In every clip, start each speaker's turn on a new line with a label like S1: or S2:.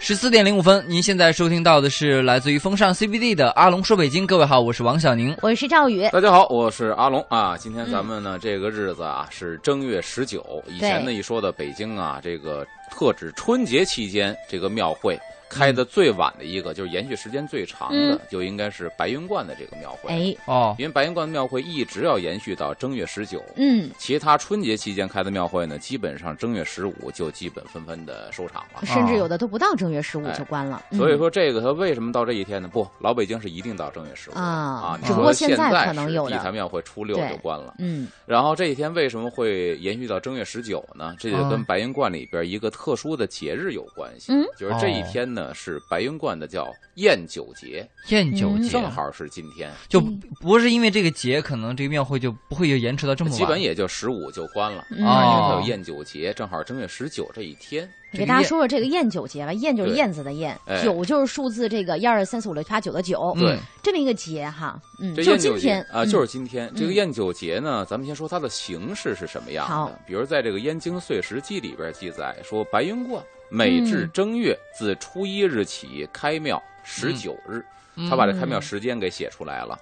S1: 十四点零五分，您现在收听到的是来自于风尚 CBD 的阿龙说北京。各位好，我是王小宁。
S2: 我是赵宇，
S3: 大家好，我是阿龙啊。今天咱们呢，这个日子啊是正月十九。以前呢一说到北京啊，这个特指春节期间这个庙会开的最晚的一个，就是延续时间最长的，
S2: 嗯
S3: 就应该是白云观的这个庙会。
S2: 哎，
S1: 哦，
S3: 因为白云观的庙会一直要延续到正月十九。
S2: 嗯，
S3: 其他春节期间开的庙会呢，基本上正月十五就基本纷纷的收场了。
S2: 甚至有的都不到正月十五就关了，
S3: 啊哎所以
S2: 嗯
S3: 说这个它为什么到这一天呢？不，老北京是一定到正月十五的
S2: 啊
S3: 啊。
S2: 只不
S3: 你
S2: 过
S3: 说
S2: 现
S3: 现
S2: 在
S3: 在
S2: 可能
S3: 是
S2: 有
S3: 地
S2: 了
S3: 坛庙会初六
S2: 对
S3: 就关了。
S2: 嗯
S3: 然后这一天为什么会延续到正月十九呢？这就
S1: 啊
S3: 跟白云观里边一个特殊的节日有关系，
S2: 嗯
S3: 就是这一天呢是白云观的叫宴酒节，
S1: 宴酒节
S3: 正好嗯是今天，
S1: 就不是因为这个节，可能这个庙会就不会有延迟到这么晚。
S3: 基本也就十五就关了，
S2: 嗯
S3: 啊因为它
S1: 哦
S3: 有，宴酒节，正好正月十九这一天。
S2: 给大家说说这个宴酒节吧，宴就是
S3: 对
S2: 燕子的燕，
S3: 哎
S2: 酒就是数字这个一二三四五六七八九的九，
S1: 嗯
S3: 对
S2: 这么一个节哈，嗯，
S3: 这
S2: 就是
S3: 宴酒
S2: 今
S3: 节
S2: 天
S3: 啊，
S2: 嗯
S3: 就是今天这个
S2: 嗯
S3: 宴酒节呢，咱们先说它的形式是什么样
S2: 好
S3: 的。比如在这个《燕京岁时记》里边记载说，白云观每至
S2: 嗯
S3: 正月自初一日起开庙十九日，
S2: 嗯
S3: 他把这开庙时间给写出来了。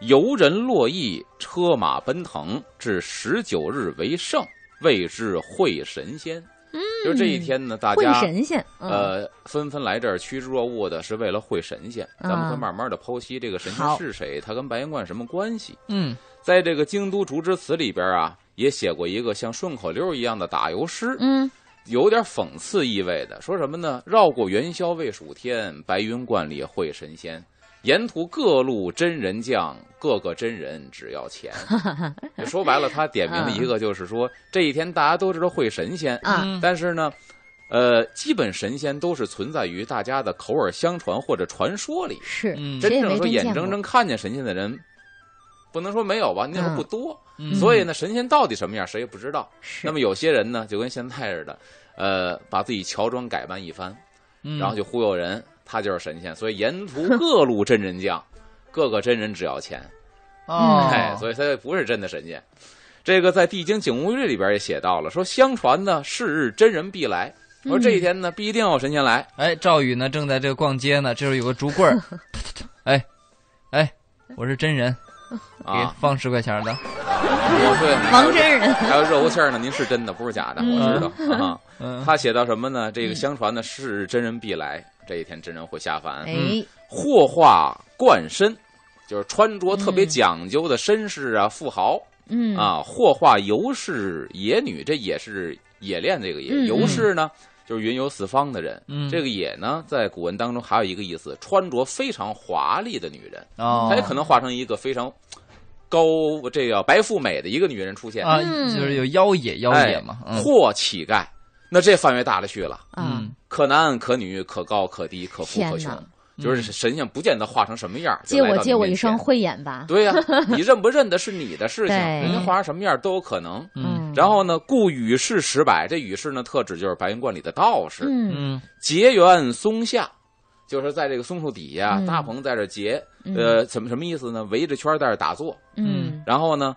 S3: 游人络绎，车马奔腾，至十九日为盛，谓之会神仙。嗯，就是这一天呢，大
S2: 会
S3: 家
S2: 神仙，嗯，
S3: 呃，纷纷来这儿趋之若鹜的，是为了会神仙。咱们
S2: 啊
S3: 会慢慢的剖析这个神
S2: 好
S3: 仙是谁，他跟白云观有什么关系。
S1: 嗯
S3: 在这个《京都竹枝词》里边啊，也写过一个像顺口溜一样的打油诗，
S2: 嗯，
S3: 有点讽刺意味的，说什么呢？绕过元宵未数天，白云观里会神仙。沿途各路真人将，各个真人只要 钱。说白了，他点明了一个，就是说这一天大家都知道会神仙，
S2: 啊，
S1: 嗯
S3: 但是呢，呃，基本神仙都是存在于大家的口耳相传或者传说里。
S2: 是，
S1: 嗯
S2: 谁
S3: 真
S2: 也
S3: 正
S2: 没
S3: 说
S2: 真见
S3: 眼睁
S2: 过，
S3: 睁看见神仙的人，不能说没有吧，那时候不多。
S1: 嗯
S3: 所以呢，神仙到底什么样，谁也不知道。
S2: 是，
S3: 那么有些人呢，就跟现在似的，呃，把自己乔装改扮一番，
S1: 嗯
S3: 然后就忽悠人，他就是神仙。所以沿途各路真人将， 各个真人只要钱。
S1: 哦，
S3: 哎，所以他不是真的神仙。这个在《地经景物志》里边也写到了，说相传呢，是日真人必来。说
S2: 嗯
S3: 这一天呢，必定有神仙来。
S1: 哎，赵宇呢正在这个逛街呢，这时候有个竹棍儿， 哎，哎，我是真人，给
S3: 啊，
S1: 放十块钱的，
S3: 我对，
S2: 王真 人，
S3: 还有热乎气儿呢，您是真的，不是假的，我知道啊。
S1: 嗯，
S3: 他写到什么呢？这个相传呢，是日真人必来，这一天真人会下凡，
S2: 哎，
S3: 霍化冠身，就是穿着特别讲究的绅士啊、富豪
S2: 嗯，
S3: 啊。霍化游氏野女，这也是冶炼这个冶，
S2: 嗯
S3: 游氏呢就是云游四方的人。
S1: 嗯
S3: 这个也呢，在古文当中还有一个意思，穿着非常华丽的女人，
S1: 哦
S3: 她也可能化成一个非常高这个白富美的一个女人出现，
S1: 啊，
S2: 嗯
S1: 就是有妖冶妖
S3: 哎
S1: 冶嘛，嗯
S3: 或乞丐，那这范围大了去了，
S2: 啊，
S1: 嗯
S3: 可男可女，可高可低，可富
S2: 天
S3: 可
S2: 哪
S3: 穷，
S1: 嗯
S3: 就是神仙不见得化成什么样儿，
S2: 借
S3: 就来
S2: 我
S3: 到
S2: 借
S3: 你
S2: 我
S3: 面
S2: 一双
S3: 前。
S2: 慧眼吧，
S3: 对呀、你认不认得是你的事情，
S2: 对
S3: 人家化成什么样儿都有可能。
S1: 嗯
S2: 嗯，
S3: 然后呢，故与世十百，这与世呢特指就是白云观里的道士，
S2: 嗯，
S1: 嗯
S3: 结缘松下，就是在这个松树底下，
S2: 嗯
S3: 大鹏在这结，
S2: 嗯
S3: 呃，怎么什么意思呢？围着圈儿在这打坐，
S2: 嗯，
S3: 然后呢，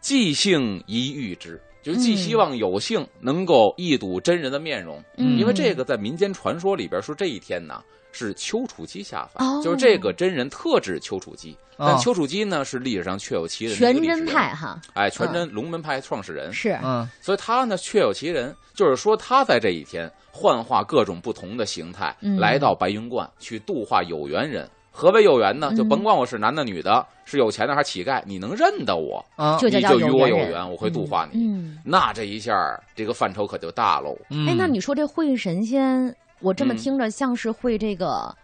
S3: 即兴一遇之，就是
S2: 嗯
S3: 既希望有幸能够一睹真人的面容，
S2: 嗯
S3: 因为这个在民间传说里边说这一天呢。是丘处机下凡，
S2: 哦
S3: 就是这个真人特指丘处机，但
S1: 哦
S3: 丘处机呢是历史上确有其人，
S2: 全真派，嗯哈，
S3: 哎，全真龙门派创始人，
S2: 是，
S1: 嗯
S3: 所以他呢确有其人，就是说他在这一天幻化各种不同的形态，
S2: 嗯
S3: 来到白云观去度化有缘人。何为有缘
S2: 嗯
S3: 呢？就甭管我是男的女的，是有钱的还是乞丐，你能认得我，
S1: 啊
S2: 就这哎
S3: 你
S2: 叫
S3: 就与我有
S2: 缘
S3: 缘，我会度化你。
S2: 嗯，
S3: 那这一下儿这个范畴可就大喽。
S1: 嗯
S2: 哎，那你说这会神仙，我这么
S3: 嗯
S2: 听着像是会这个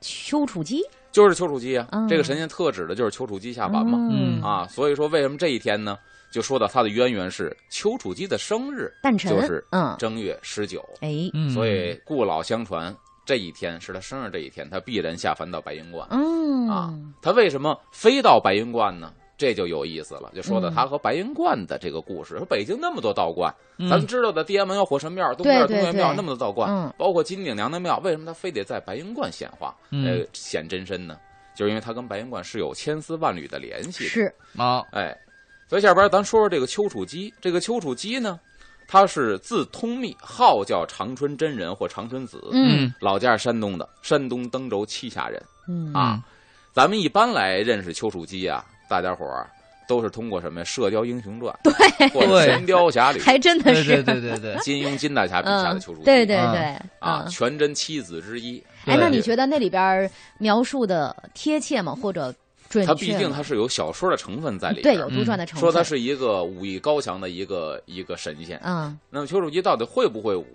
S2: 丘处机
S3: 就是丘处机啊，
S2: 嗯
S3: 这个神仙特指的就是丘处机下凡嘛。
S1: 嗯
S3: 啊，所以说为什么这一天呢？就说到他的渊源是丘处机的生日，
S2: 诞辰，
S3: 就是
S2: 嗯，
S3: 正月十九。
S2: 哎，
S1: 嗯
S3: 所以故老相传，这一天是他生日这一天，他必然下凡到白云观。
S2: 嗯
S3: 啊，他为什么非到白云观呢？这就有意思了，就说到
S2: 嗯
S3: 他和白云观的这个故事。说北京那么多道观，
S1: 嗯
S3: 咱们知道的地安门庙、火神庙、东
S2: 对
S3: 边东
S2: 对
S3: 岳庙
S2: 对
S3: 那么多道观，
S2: 嗯
S3: 包括金顶娘娘庙，为什么他非得在白云观显化、
S1: 嗯
S3: 呃显真身呢？就是因为他跟白云观是有千丝万缕的联系的。
S2: 是，
S1: 好
S3: 哎，所以下边咱说说这个丘处机。这个丘处机呢，他是字通密，号叫长春真人或长春子，
S2: 嗯
S3: 老家是山东的，山东登州栖霞人。
S2: 嗯
S3: 啊 咱们一般来认识丘处机啊，大家伙儿都是通过什么呀《射雕英雄传》对，或者《神雕侠侣》
S2: 还真的
S1: 对
S2: 是，嗯
S1: 对对对 对，
S3: 金庸金大侠笔下的丘处机，
S2: 对对
S1: 啊
S2: 对嗯
S3: 啊，全真七子之一。
S2: 哎，那你
S3: 对
S2: 觉得那里边儿描述的贴切吗？或者准
S3: 他
S2: 确
S3: 毕竟
S2: 吗
S3: 他是有小说的成分在里
S2: 对
S3: 边
S2: 有
S3: 儿，嗯
S2: 杜撰的成分，
S3: 说他是一个武艺高强的一个一个神仙。
S2: 嗯
S3: 那么丘处机到底会不会武，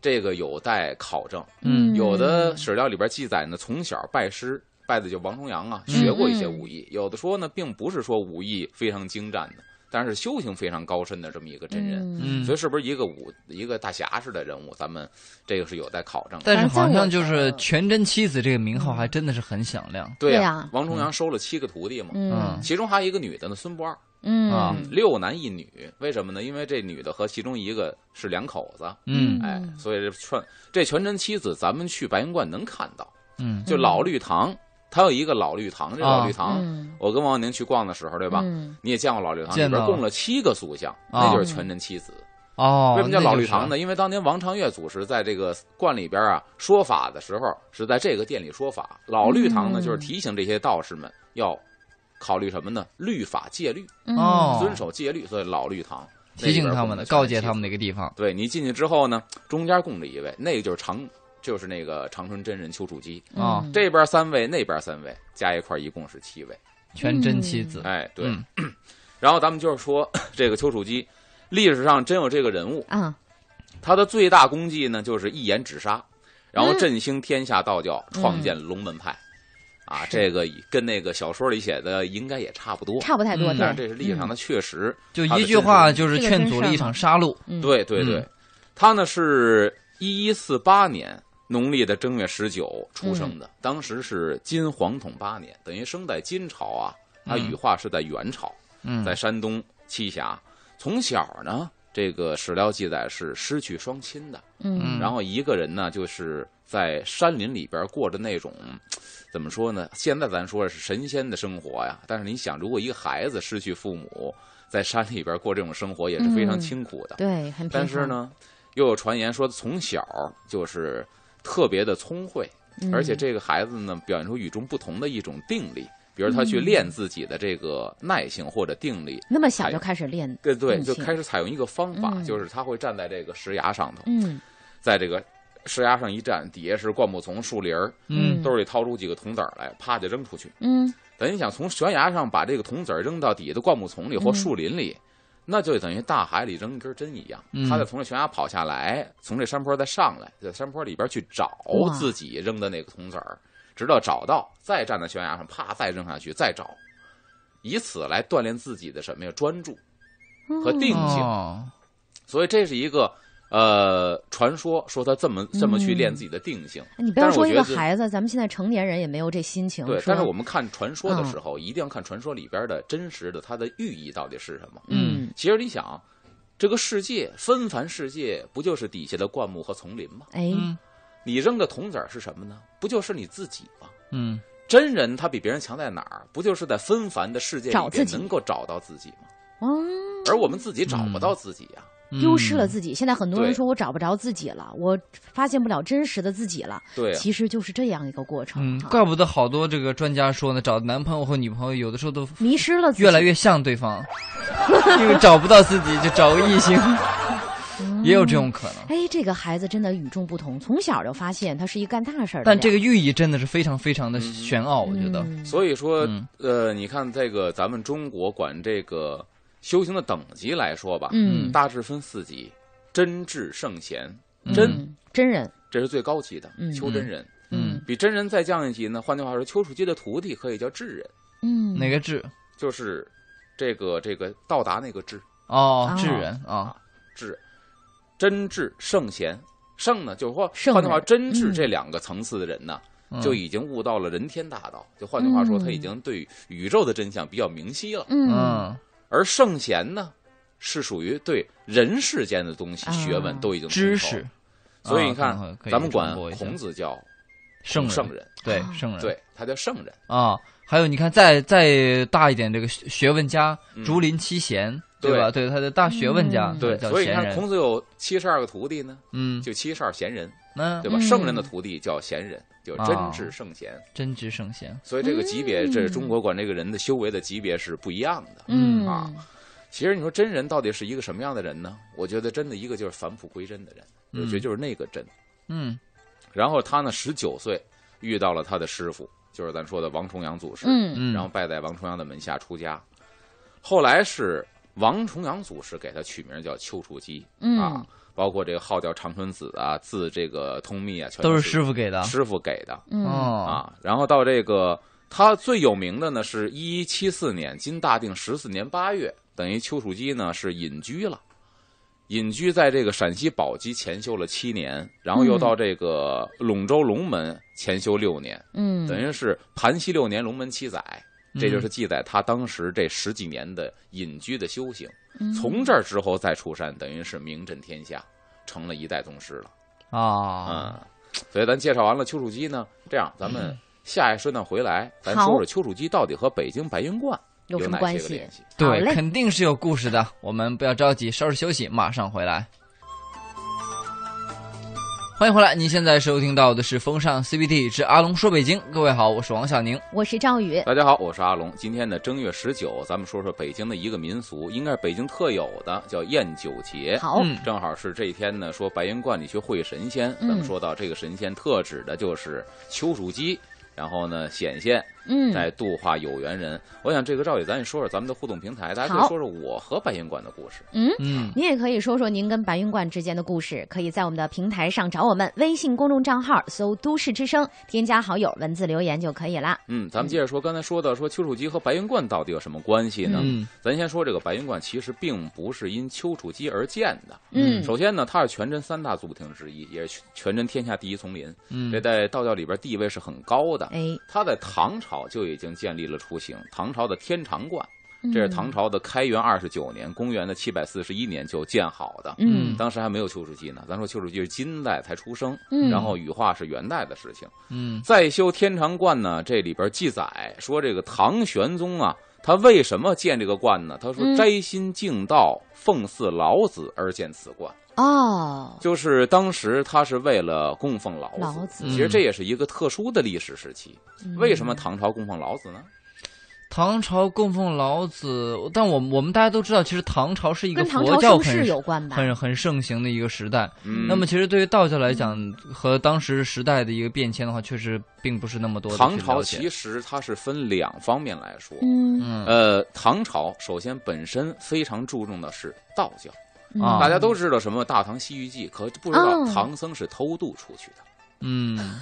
S3: 这个有待考证。
S1: 嗯
S3: 有的史料里边记载呢，从小拜师。拜的就王重阳啊，
S2: 嗯
S3: 学过一些武艺。有的说呢，并不是说武艺非常精湛的，但是修行非常高深的这么一个真人。
S2: 嗯
S1: 嗯
S3: 所以，是不是一个武一个大侠式的人物，咱们这个是有待考证的。
S1: 但是好
S2: 反正在
S1: 像
S2: 我呃
S1: 就是
S2: 的
S1: 全真七子这个名号还真的是很响亮。
S3: 对
S2: 对
S3: 呀、
S2: 啊
S3: 王重阳收了七个徒弟嘛，
S2: 嗯
S3: 其中还有一个女的呢，孙不二，
S1: 啊
S2: 嗯
S3: 六男一女。为什么呢？因为这女的和其中一个是两口子，
S1: 嗯
S3: 哎，所以这全这全真七子，咱们去白云观能看到。
S1: 嗯
S3: 就老绿堂，它有一个老绿堂，这老绿堂，
S2: 嗯，
S3: 我跟王宁去逛的时候，啊对吧？
S2: 嗯
S3: 你也见过老绿堂，里
S1: 见到
S3: 边供了七个塑像，
S1: 啊
S3: 那就是全真七子。
S1: 哦，
S3: 为什么叫
S1: 那
S3: 老
S1: 就
S3: 绿
S1: 是
S3: 堂呢？？因为当年王长岳祖师在这个观里边啊说法的时候，是在这个殿里说法。老绿堂呢，
S2: 嗯
S3: 就是提醒这些道士们要考虑什么呢？律法戒律，
S2: 嗯
S1: 哦
S3: 遵守戒律，所以老绿堂
S1: 提醒他们的，告诫他们的一
S3: 个。
S1: 个地方。
S3: 对你进去之后呢，中间供着一位，那个就是长，就是那个长春真人丘处机。
S1: 啊
S2: 嗯
S3: 哦这边三位，那边三位，加一块儿一共是七位。
S2: 嗯
S1: 全真七子，
S3: 哎，对。
S1: 嗯
S3: 然后咱们就是说这个丘处机，历史上真有这个人物，
S2: 啊
S3: 他的最大功绩呢就是一言止杀，然后
S2: 嗯
S3: 振兴天下道教，
S2: 嗯
S3: 创建龙门派。啊，
S2: 是
S3: 这个跟那个小说里写的应该也差不多，
S2: 差不太多，
S1: 嗯
S3: 但
S2: 对
S3: 是，这是历史上他确实，
S1: 就
S3: 他
S1: 一
S3: 的
S1: 句
S3: 真实
S1: 话
S3: 名
S1: 就是
S2: 这个
S1: 劝
S2: 真啊
S1: 阻
S2: 事
S1: 了一
S2: 儿吗
S1: 场杀戮。
S2: 嗯
S3: 对对对
S1: 嗯，
S3: 他呢是一一四八年农历的正月十九出
S2: 嗯
S3: 生的，当时是金黄统八年，等于生在金朝啊，他
S1: 嗯
S3: 羽化是在元朝。
S1: 嗯，
S3: 在山东栖霞。从小呢，这个史料记载是失去双亲的，
S2: 嗯
S3: 然后一个人呢，就是在山林里边过着那种，怎么说呢？现在咱说是神仙的生活呀，但是你想，如果一个孩子失去父母，在山里边过这种生活也是非常
S2: 嗯
S3: 清苦的。
S2: 对，很平
S3: 但是
S2: 衡，
S3: 呢，又有传言说从小就是特别的聪慧，
S2: 嗯
S3: 而且这个孩子呢，表现出与众不同的一种定力，比如他
S2: 嗯
S3: 去练自己的这个耐性或者定力，
S2: 那么小就开始练，
S3: 对对，
S2: 定
S3: 就
S2: 性
S3: 开始采用一个方法，
S2: 嗯
S3: 就是他会站在这个石崖上头，
S2: 嗯
S3: 在这个石崖上一站，底下是灌木丛、树林儿，
S1: 嗯
S3: 兜里掏出几个铜子儿来，啪就扔出去。
S2: 嗯
S3: 等于想从悬崖上把这个铜子儿扔到底下的灌木丛里或
S2: 嗯
S3: 树林里，那就等于大海里扔一根针一样。
S1: 嗯
S3: 他得从这悬崖跑下来，从这山坡再上来，在山坡里边去找
S2: 哇
S3: 自己扔的那个铜子儿，直到找到，再站在悬崖上，啪再扔下去，再找，以此来锻炼自己的什么呀？专注。和定性
S1: 哦，
S3: 所以这是一个呃传说，说他这么这么去
S2: 嗯
S3: 练自己的定性。
S2: 哎你不要说一个
S3: 但是我觉得
S2: 孩子，咱们现在成年人也没有这心情，
S3: 对，
S2: 说嗯
S3: 但是我们看传说的时候，一定要看传说里边的真实的它的寓意到底是什么。
S2: 嗯
S3: 其实你想，这个世界纷繁世界，不就是底下的灌木和丛林吗？
S2: 哎
S1: 嗯
S3: 你扔的铜子儿是什么呢？不就是你自己吗？
S1: 嗯
S3: 真人他比别人强在哪儿？不就是在纷繁的世界里
S2: 找自
S3: 边
S2: 己
S3: 能够找到自己吗？
S2: 嗯
S3: 而我们自己找不到自己啊呀、
S1: 嗯
S2: 丢失了自己。现在很多人
S3: 嗯对
S2: 说我找不着自己了，我发现不了真实的自己了，
S3: 对啊，
S2: 其实就是这样一个过程
S1: 嗯，
S2: 哈，
S1: 怪不得好多这个专家说呢，找男朋友或女朋友有的时候都
S2: 迷失了自己
S1: 越来越像对方， 因为找不到自己，就找个异 性，也有这种可能。
S2: 嗯哎，这个孩子真的与众不同，从小就发现他是一干大事儿的
S1: 但这
S2: 个
S1: 个寓意真的是非常非常的
S3: 嗯
S1: 玄奥，我觉得。
S3: 所以说，
S1: 嗯
S3: 呃，你看这个咱们中国管这个修行的等级来说吧，
S2: 嗯
S3: 大致分四级：真智圣贤，
S1: 嗯
S3: 真、
S2: 嗯真人，
S3: 这是最高级的，
S2: 嗯
S3: 求真人。
S1: 嗯，
S3: 比真人再降一级呢，换句话说，丘处机的徒弟可以叫智人，
S2: 嗯，
S1: 哪个智？
S3: 就是这个这个到达那个智
S1: 哦
S2: 哦，
S1: 智人啊，
S3: 智，真智圣贤。圣呢，就是说，
S2: 圣
S3: 换句话，
S2: 人
S3: 真智
S2: 嗯
S3: 这两个层次的人呢，
S1: 嗯
S3: 就已经悟到了人天大道。就换句话说，
S2: 嗯
S3: 他已经对宇宙的真相比较明晰了。
S2: 嗯
S1: 嗯
S3: 而圣贤呢，是属于对人世间的东西、
S2: 啊
S3: 学问都已经通透
S1: 知识。
S3: 所以
S1: 啊
S3: 你看，
S1: 可能可以
S3: 咱们管
S1: 传播一下
S3: 孔子叫
S1: 圣
S3: 圣人，
S1: 对
S2: 啊
S1: 圣人
S3: 对他叫圣人。
S1: 啊，还有你看再再大一点，这个学学问家
S3: 嗯
S1: 竹林七贤对吧？对，他的大学问家，
S2: 嗯
S3: 对，
S1: 叫
S3: 所以你
S1: 贤
S3: 看
S1: 人。
S3: 孔子有七十二个徒弟呢，
S1: 嗯，
S3: 就七十二贤人，
S1: 那
S3: 对吧？
S2: 嗯
S3: 圣人的徒弟叫贤人，就
S1: 啊
S3: 真至圣贤。
S1: 真知圣贤。
S3: 所以这个级别，
S2: 嗯
S3: 这中国管这个人的修为的级别是不一样的。
S2: 嗯
S3: 啊其实你说真人到底是一个什么样的人呢？我觉得真的一个就是返璞归真的人，我觉得
S1: 嗯
S3: 就是那个真。
S1: 嗯
S3: 然后他呢，十九岁遇到了他的师傅，就是咱说的王重阳祖师，
S2: 嗯
S1: 嗯，
S3: 然后拜在王重阳的门下出家。后来是王重阳祖师给他取名叫丘处机、啊
S2: 嗯，
S3: 包括这个号叫长春子啊，字这个通密啊，全
S1: 都是
S3: 师
S1: 师傅给的。
S3: 师傅给的。
S2: 嗯
S1: 哦，
S3: 啊，然后到这个他最有名的呢，是一七四年，金大定十四年八月，等于丘处机呢是隐居了，隐居在这个陕西宝鸡潜修了七年，然后
S2: 嗯
S3: 又到这个陇州龙门潜修六年，
S2: 嗯，
S3: 等于是盘溪六年，龙门七载。这
S1: 嗯
S3: 就是记载他当时这十几年的隐居的修行，
S2: 嗯
S3: 从这儿之后再出山，等于是名震天下，成了一代宗师了。
S1: 啊，
S3: 嗯，所以咱介绍完了丘处机呢，这样咱们下一时段回来，咱
S2: 嗯好
S3: 说说丘处机到底和北京白云观
S2: 有什么
S3: 哪
S2: 关
S3: 些个
S2: 系
S3: 联？系？
S2: 好
S1: 对，
S2: 嘞
S1: 肯定是有故事的。我们不要着急，稍事休息，马上回来。欢迎回来，您现在收听到的是《风尚 CBD 之阿龙说北京》。各位好，我是王小宁。
S2: 我是赵宇，
S3: 大家好，我是阿龙。今天的正月十九，咱们说说北京的一个民俗，应该是北京特有的，叫宴酒节。
S2: 好，
S1: 嗯
S3: 正好是这一天呢，说白云观里去会神仙。咱们
S2: 嗯
S3: 说到这个神仙，特指的就是丘处机，然后呢显现
S2: 嗯，
S3: 在度化有缘人。我想这个赵宇，咱也说说咱们的互动平台，大家可以
S2: 好
S3: 说说我和白云观的故事。
S1: 嗯，
S2: 您也可以说说您跟白云观之间的故事，可以在我们的平台上找我们，微信公众账号搜“都市之声”，添加好友，文字留言就可以啦。
S3: 嗯，咱们接着说，刚才说到说丘处机和白云观到底有什么关系呢？
S1: 嗯
S3: 咱先说这个白云观，其实并不是因丘处机而建的。
S2: 嗯
S3: 首先呢，它是全真三大祖庭之一，也是全真天下第一丛林，这
S1: 嗯
S3: 在道教里边地位是很高的。
S2: 哎，
S3: 它在唐朝就已经建立了雏形，唐朝的天长观，
S2: 嗯
S3: 这是唐，朝的开元二十九年，公元的七百四十一年就建好的。
S2: 嗯
S3: 当时还没有丘处机呢，咱说丘处机是金代才出生，
S2: 嗯，
S3: 然后羽化是元代的事情。
S1: 嗯
S3: 再修天长观呢，这里边记载说，这个唐玄宗啊，他为什么建这个观呢？他说
S2: 嗯
S3: 斋心敬道，奉祀老子而建此观，
S2: 哦，
S3: 就是当时他是为了供奉老子。
S2: 老子
S1: 嗯
S3: 其实这也是一个特殊的历史时期。
S2: 嗯
S3: 为什么唐朝供奉老子呢？
S1: 唐朝供奉老子，但我我们大家都知道，其实唐朝是一个
S2: 跟唐
S1: 佛
S2: 朝
S1: 教
S2: 盛世
S1: 很
S2: 有关吧？
S1: 很很盛行的一个时代。
S3: 嗯
S1: 那么，其实对于道教来讲，和当时时代的一个变迁的话，确实并不是那么多的去
S3: 唐
S1: 了
S3: 朝
S1: 解
S3: 其实它是分两方面来说。
S2: 嗯
S1: 嗯
S3: 呃，唐朝首先本身非常注重的是道教，
S2: 嗯
S1: 啊
S3: 大家都知道什么《大唐西域记》，可不知道
S2: 哦
S3: 唐僧是偷渡出去的。
S1: 嗯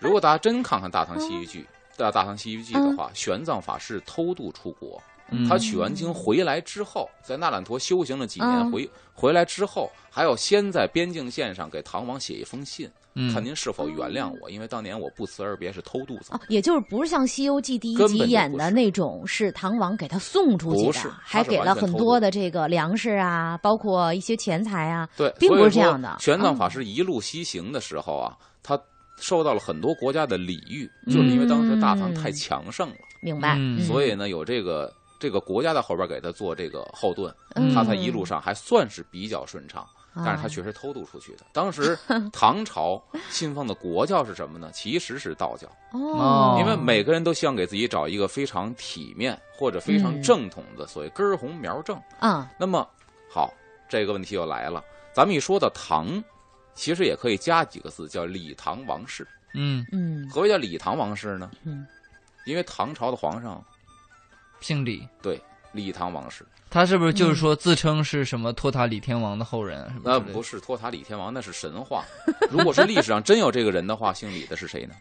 S3: 如果大家真看看《大
S2: 嗯
S3: 唐西域记》，大《大唐西域记》的话，玄奘法师偷渡出国，
S1: 嗯，
S3: 他取完经回来之后，在那烂陀修行了几年，
S2: 嗯
S3: 回回来之后，还要先在边境线上给唐王写一封信，
S1: 嗯
S3: 看您是否原谅我，因为当年我不辞而别是偷渡
S1: 啊
S3: 走
S2: 哦，。也就是不是像《西游记》第一
S3: 根
S2: 集
S3: 本就
S2: 演
S3: 不
S2: 的
S3: 是
S2: 那种，是唐王给他送出去
S3: 不
S2: 的
S3: 是，
S2: 还
S3: 他是
S2: 给
S3: 完
S2: 了
S3: 全
S2: 很
S3: 偷
S2: 多
S3: 渡
S2: 的这个粮食啊，包括一些钱财啊。
S3: 对，
S2: 并
S3: 所以
S2: 不是这
S3: 说
S2: 样的
S3: 玄奘法
S2: 哦
S3: 师一路西行的时候啊，他受到了很多国家的礼遇，就是因为当时大唐太
S2: 嗯
S3: 强盛啊了，
S2: 明白，
S1: 嗯
S3: 所以呢有这个。这个国家在后边给他做这个后盾，
S2: 嗯
S3: 他在一路上还算是比较顺畅。但是他
S2: 啊
S3: 确实偷渡出去的。当时唐朝信奉的国教是什么呢？其实是道教，
S2: 哦，
S3: 因为每个人都希望给自己找一个非常体面或者非常
S2: 嗯
S3: 正统的所谓根儿红苗正。
S2: 啊，
S3: 那么好，这个问题又来了，咱们一说到唐。其实也可以加几个字，叫李唐王室。
S1: 嗯
S2: 嗯
S3: 何谓叫李唐王室呢？
S2: 嗯，
S3: 因为唐朝的皇上
S1: 姓李，
S3: 李唐王室，
S1: 他是不是
S2: 嗯
S1: 就是说自称是什么托塔李天王的后人啊？什么之类
S3: 那
S1: 的
S3: 呃不是托塔李天王，那是神话。如果是历史上真有这个人的话，姓李的是谁呢？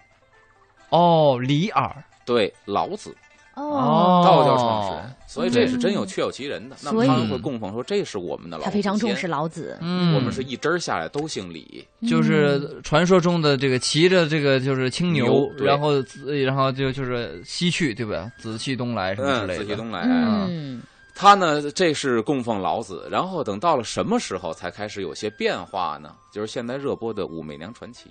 S1: 哦，李耳
S3: 对，老子。
S1: 哦
S3: 道教创始人，所以这是真有
S2: 嗯
S3: 确有其人的。那
S2: 所
S3: 么
S2: 以
S3: 他们会供奉说这是我们的老
S2: 他
S3: 祖
S2: 非常重视
S3: 先，
S2: 老子，
S1: 嗯，
S3: 我们是一支儿下来都姓李，
S1: 就是传说中的这个骑着这个就是青牛
S3: 牛，对
S1: 然后子然后就就是西去对吧？紫气东来什么之
S3: 嗯，
S1: 类的。
S3: 紫气东来。
S2: 嗯
S3: 他呢，这是供奉老子。然后等到了什么时候才开始有些变化呢？就是现在热播的《武媚娘传奇》。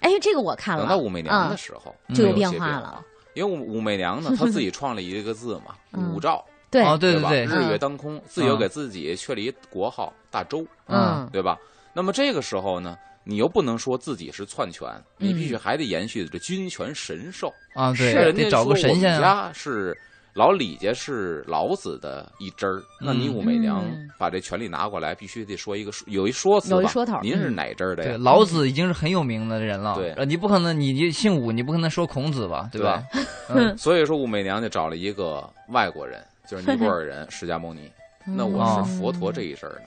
S2: 哎，这个我看
S3: 等
S2: 了，
S3: 到武媚娘
S2: 啊
S3: 的时候，
S1: 嗯
S2: 就
S3: 有
S2: 有
S3: 些
S2: 变
S3: 变
S2: 化了。
S3: 因为武武媚娘呢，她自己创了一个字嘛，
S2: 嗯
S3: 武曌，
S2: 对，
S1: 哦，对
S3: 吧？
S1: 对，
S3: 日月当空，自己又
S1: 嗯
S3: 给自己确立国号大周，
S2: 嗯，
S3: 对吧？那么这个时候呢，你又不能说自己是篡权，你必须还得延续这君权神授。
S1: 啊，嗯对，
S3: 人家
S1: 得找个
S3: 说我
S1: 神
S3: 们
S1: 仙啊，
S3: 家是老李家是老子的一支儿，那
S1: 嗯
S3: 你武媚娘
S2: 嗯
S3: 把这权力拿过来，必须得说一个有一说辞吧，
S2: 有一说头
S3: 您是
S2: 嗯
S3: 哪支儿的
S1: 对，
S3: 呀？
S1: 老子已经是很有名的人了，
S3: 对
S1: 呃你不可能，你你姓武，你不可能说孔子吧，对吧？嗯
S3: 所以说武媚娘就找了一个外国人，就是尼泊尔人释迦 牟尼。嗯那
S2: 嗯
S3: 我是佛陀这
S1: 嗯
S3: 一支儿的，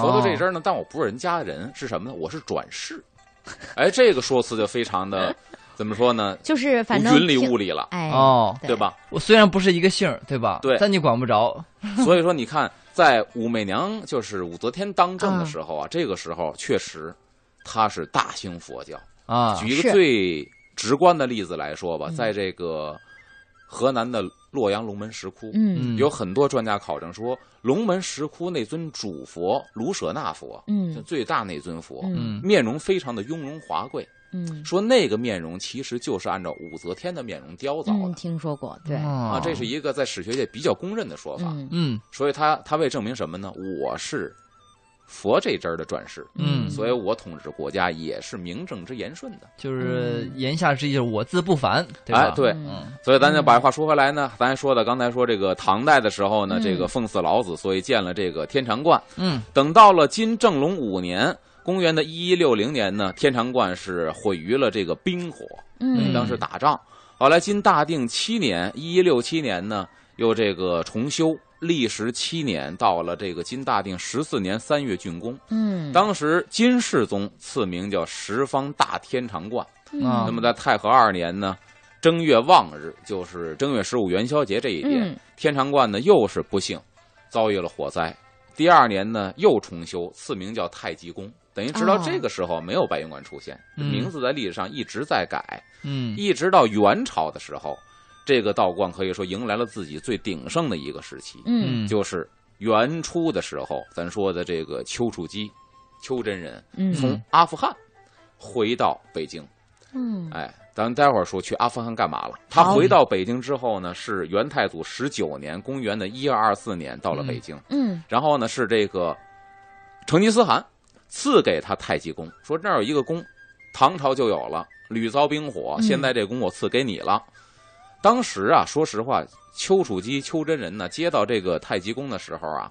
S3: 佛陀这一支
S1: 哦
S3: 儿呢，但我不是人家人，是什么呢？我是转世。哎，这个说辞就非常的怎么说呢？
S2: 就是反正
S3: 云里
S2: 挺
S3: 雾里了，
S2: 哎，
S1: 哦，
S3: 对吧？
S1: 我虽然不是一个姓儿，对吧？
S3: 对
S1: 但你管不着，
S3: 所以说，你看，在武媚娘就是武则天当政
S2: 嗯
S3: 的时候啊，这个时候确实，她是大兴佛教。
S1: 啊，
S3: 举一
S2: 是
S3: 个最直观的例子来说吧，
S2: 嗯
S3: 在这个河南的洛阳龙门石窟，
S2: 嗯
S1: 嗯，
S3: 有很多专家考证说，龙门石窟那尊主佛卢舍那佛，就
S2: 嗯
S3: 最大那尊佛，
S2: 嗯
S1: 嗯
S3: 面容非常的雍容华贵，
S2: 嗯
S3: 说那个面容其实就是按照武则天的面容雕凿
S2: 嗯，
S3: 的。
S2: 听说过，对，
S1: 啊
S3: 啊，这是一个在史学界比较公认的说法，
S2: 嗯
S1: 嗯
S3: 所以他他为证明什么呢？我是佛这支儿的转世，
S1: 嗯
S3: 所以我统治国家也是名正之言顺的。
S1: 就是
S2: 嗯
S1: 言下之意就是我自不凡，对吧？
S3: 哎对
S1: 嗯，
S3: 所以咱就把话说回来呢，咱说的刚才说这个唐代的时候呢，
S2: 嗯
S3: 这个奉祀老子，所以建了这个天长观。
S1: 嗯
S3: 等到了金正隆五年，公元的一一六零年呢，天长观是毁于了这个兵火，
S2: 嗯，
S3: 当时打仗。后来金大定七年，一一六七年呢，又这个重修，历时七年，到了这个金大定十四年三月竣工。
S2: 嗯，
S3: 当时金世宗赐名叫十方大天长观。
S1: 啊
S2: 嗯哦
S3: 那么在太和二年呢，正月望日，就是正月十五元宵节这一天，
S2: 嗯
S3: 天长观呢又是不幸遭遇了火灾。第二年呢又重修，赐名叫太极宫。等于直到
S2: 哦
S3: 这个时候没有白云观出现，
S1: 嗯
S3: 名字在历史上一直在改，
S1: 嗯
S3: 一直到元朝的时候，这个道观可以说迎来了自己最鼎盛的一个时期，
S2: 嗯
S3: 就是元初的时候，咱说的这个丘处机、丘真人
S2: 嗯
S3: 从阿富汗回到北京。
S2: 嗯
S3: 哎，咱们待会儿说去阿富汗干嘛了。他回到北京之后呢，是元太祖十九年，公元的一二二四年到了北京，
S2: 嗯
S3: 然后呢是这个成吉思汗赐给他太极宫，说那儿有一个宫，唐朝就有了，屡遭兵火，
S2: 嗯
S3: 现在这宫我赐给你了。当时啊，说实话，丘处机、丘真人呢接到这个太极宫的时候啊，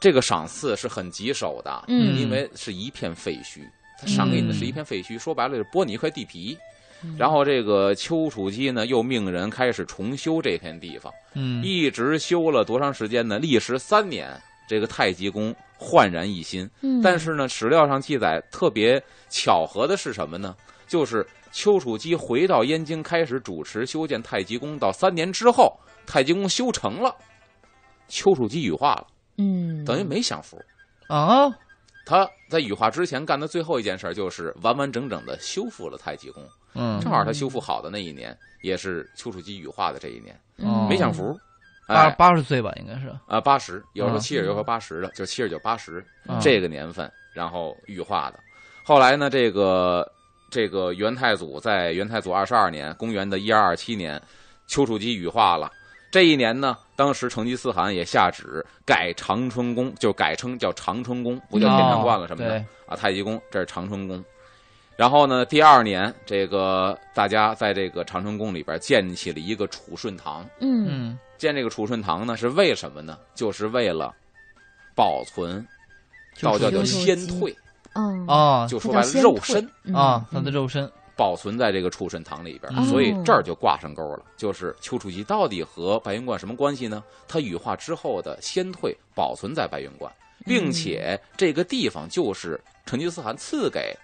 S3: 这个赏赐是很棘手的，
S2: 嗯
S3: 因为是一片废墟。他赏给你的是一片废墟，
S2: 嗯
S3: 说白了就是剥你一块地皮。嗯然后这个丘处机呢，又命人开始重修这片地方，
S1: 嗯
S3: 一直修了多长时间呢？历时三年，这个太极宫焕然一新。
S2: 嗯，
S3: 但是呢，史料上记载特别巧合的是什么呢？就是丘处机回到燕京，开始主持修建太极宫，到三年之后，太极宫修成了，丘处机羽化了，
S2: 嗯，
S3: 等于没享福。
S1: 啊
S3: 他在羽化之前干的最后一件事儿就是完完整整的修复了太极宫。
S1: 嗯
S3: 正好他修复好的那一年，也是丘处机羽化的这一年，
S1: 哦
S2: 嗯
S3: 没享福。
S1: 八
S3: 哎
S1: 八十岁吧，应该是
S3: 啊，八十，有时候
S1: 嗯
S3: 七十，有时候八十的，就七十九、八十
S1: 嗯
S3: 这个年份，然后羽化的。后来呢，这个这个元太祖在元太祖二十二年，公元的一二二七年，丘处机羽化了。这一年呢，当时成吉思汗也下旨改长春宫，就改称叫长春宫，不叫天
S1: 哦
S3: 长观了什么的。
S1: 对
S3: 啊，太极宫，这是长春宫。然后呢，第二年，这个大家在这个长春宫里边建起了一个储顺堂。
S2: 嗯
S1: 嗯
S3: 建这个储顺堂呢，是为什么呢？就是为了保存
S1: 就
S3: 道
S1: 是
S3: 教叫
S2: 丘处
S3: 先
S2: 机
S3: 退，
S2: 嗯
S1: 啊
S3: 哦就
S2: 它叫
S3: 说白了
S2: 先
S3: 肉
S2: 退
S3: 身
S2: 嗯
S1: 啊，他的肉身
S3: 保存在这个储顺堂里边
S1: 嗯，
S3: 所以这
S2: 哦
S3: 儿就挂上钩了。就是丘处机到底和白云观什么关系呢？它羽化之后的先退保存在白云观，
S2: 嗯
S3: 并且这个地方就是成吉思汗赐给